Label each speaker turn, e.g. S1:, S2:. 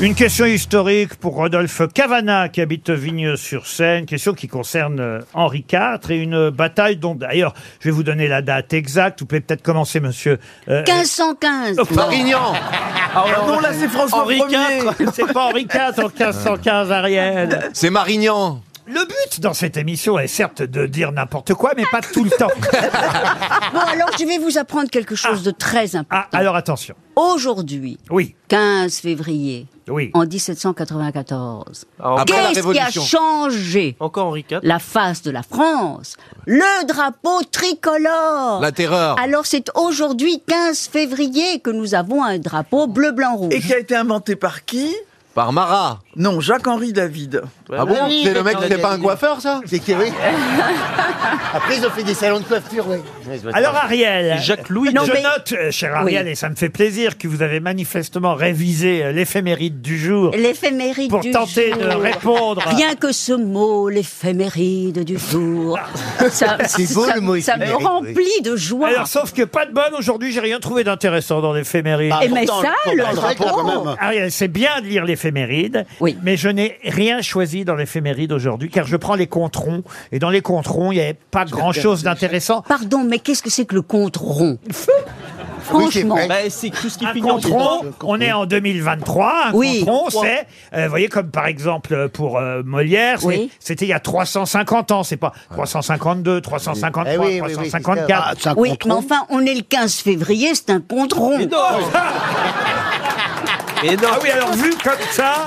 S1: Une question historique pour Rodolphe Cavana qui habite Vigneux-sur-Seine, question qui concerne euh, Henri IV et une bataille dont d'ailleurs je vais vous donner la date exacte. Vous pouvez peut-être commencer, monsieur. euh,
S2: 1515.
S1: euh, Marignan
S3: non, là, c'est François
S1: Henri
S3: Ier.
S1: IV C'est pas Henri IV en 1515, Ariel
S4: C'est Marignan.
S1: Le but dans cette émission est certes de dire n'importe quoi, mais pas tout le temps.
S2: Bon, alors je vais vous apprendre quelque chose de très
S1: Ah,
S2: important.
S1: alors attention.
S2: Aujourd'hui,
S1: Oui,
S2: 15 février,
S1: oui.
S2: en 1794,
S4: Après la
S2: qu'est-ce qui a
S4: Révolution.
S2: changé
S3: Encore Henri IV.
S2: la face de la France Le drapeau tricolore
S4: La terreur.
S2: Alors c'est aujourd'hui 15 février que nous avons un drapeau bleu, blanc, rouge.
S3: Et qui a été inventé par qui
S4: Par Marat.
S3: Non, Jacques-Henri David.
S4: Ah bon C'est le mec, c'est pas un coiffeur, ça
S5: C'est qui, oui. Après, ils ont fait des salons de coiffure, oui.
S1: Alors Ariel,
S3: Jacques-Louis
S1: je
S2: David.
S1: note, euh, cher Ariel, et ça me fait plaisir que vous avez manifestement révisé euh, l'éphéméride du jour
S2: L'éphéméride
S1: pour
S2: du
S1: tenter
S2: jour.
S1: de répondre.
S2: Bien que ce mot, l'éphéméride du jour, ça,
S5: C'est beau,
S2: ça-
S5: le mot
S2: ça me
S5: éphéméride, oui.
S2: remplit de joie.
S1: Alors sauf que pas de bonne aujourd'hui, j'ai rien trouvé d'intéressant dans l'éphéméride.
S2: Eh, mais ça, le drapeau.
S1: Ariel, c'est bien de lire l'éphéméride,
S2: Oui.
S1: mais je n'ai rien choisi dans l'éphéméride aujourd'hui, car je prends les controns, et dans les controns, il n'y avait pas grand-chose d'intéressant.
S2: Pardon, mais qu'est-ce que c'est que le compte rond Franchement,
S5: vrai.
S3: Bah, c'est tout ce qui
S1: Un
S3: finit en
S1: contron, on est en 2023, un
S2: Oui.
S1: contron, c'est, euh, vous voyez, comme par exemple pour euh, Molière, c'est-
S2: Oui.
S1: c'était il y a 350 ans, c'est pas 352, 353,
S5: Eh oui, oui, oui,
S1: 354.
S5: c'est ça. Ah,
S2: oui, mais enfin, on est le 15 février, c'est un compte rond.
S3: Et non
S1: Ah oui, alors vu comme ça...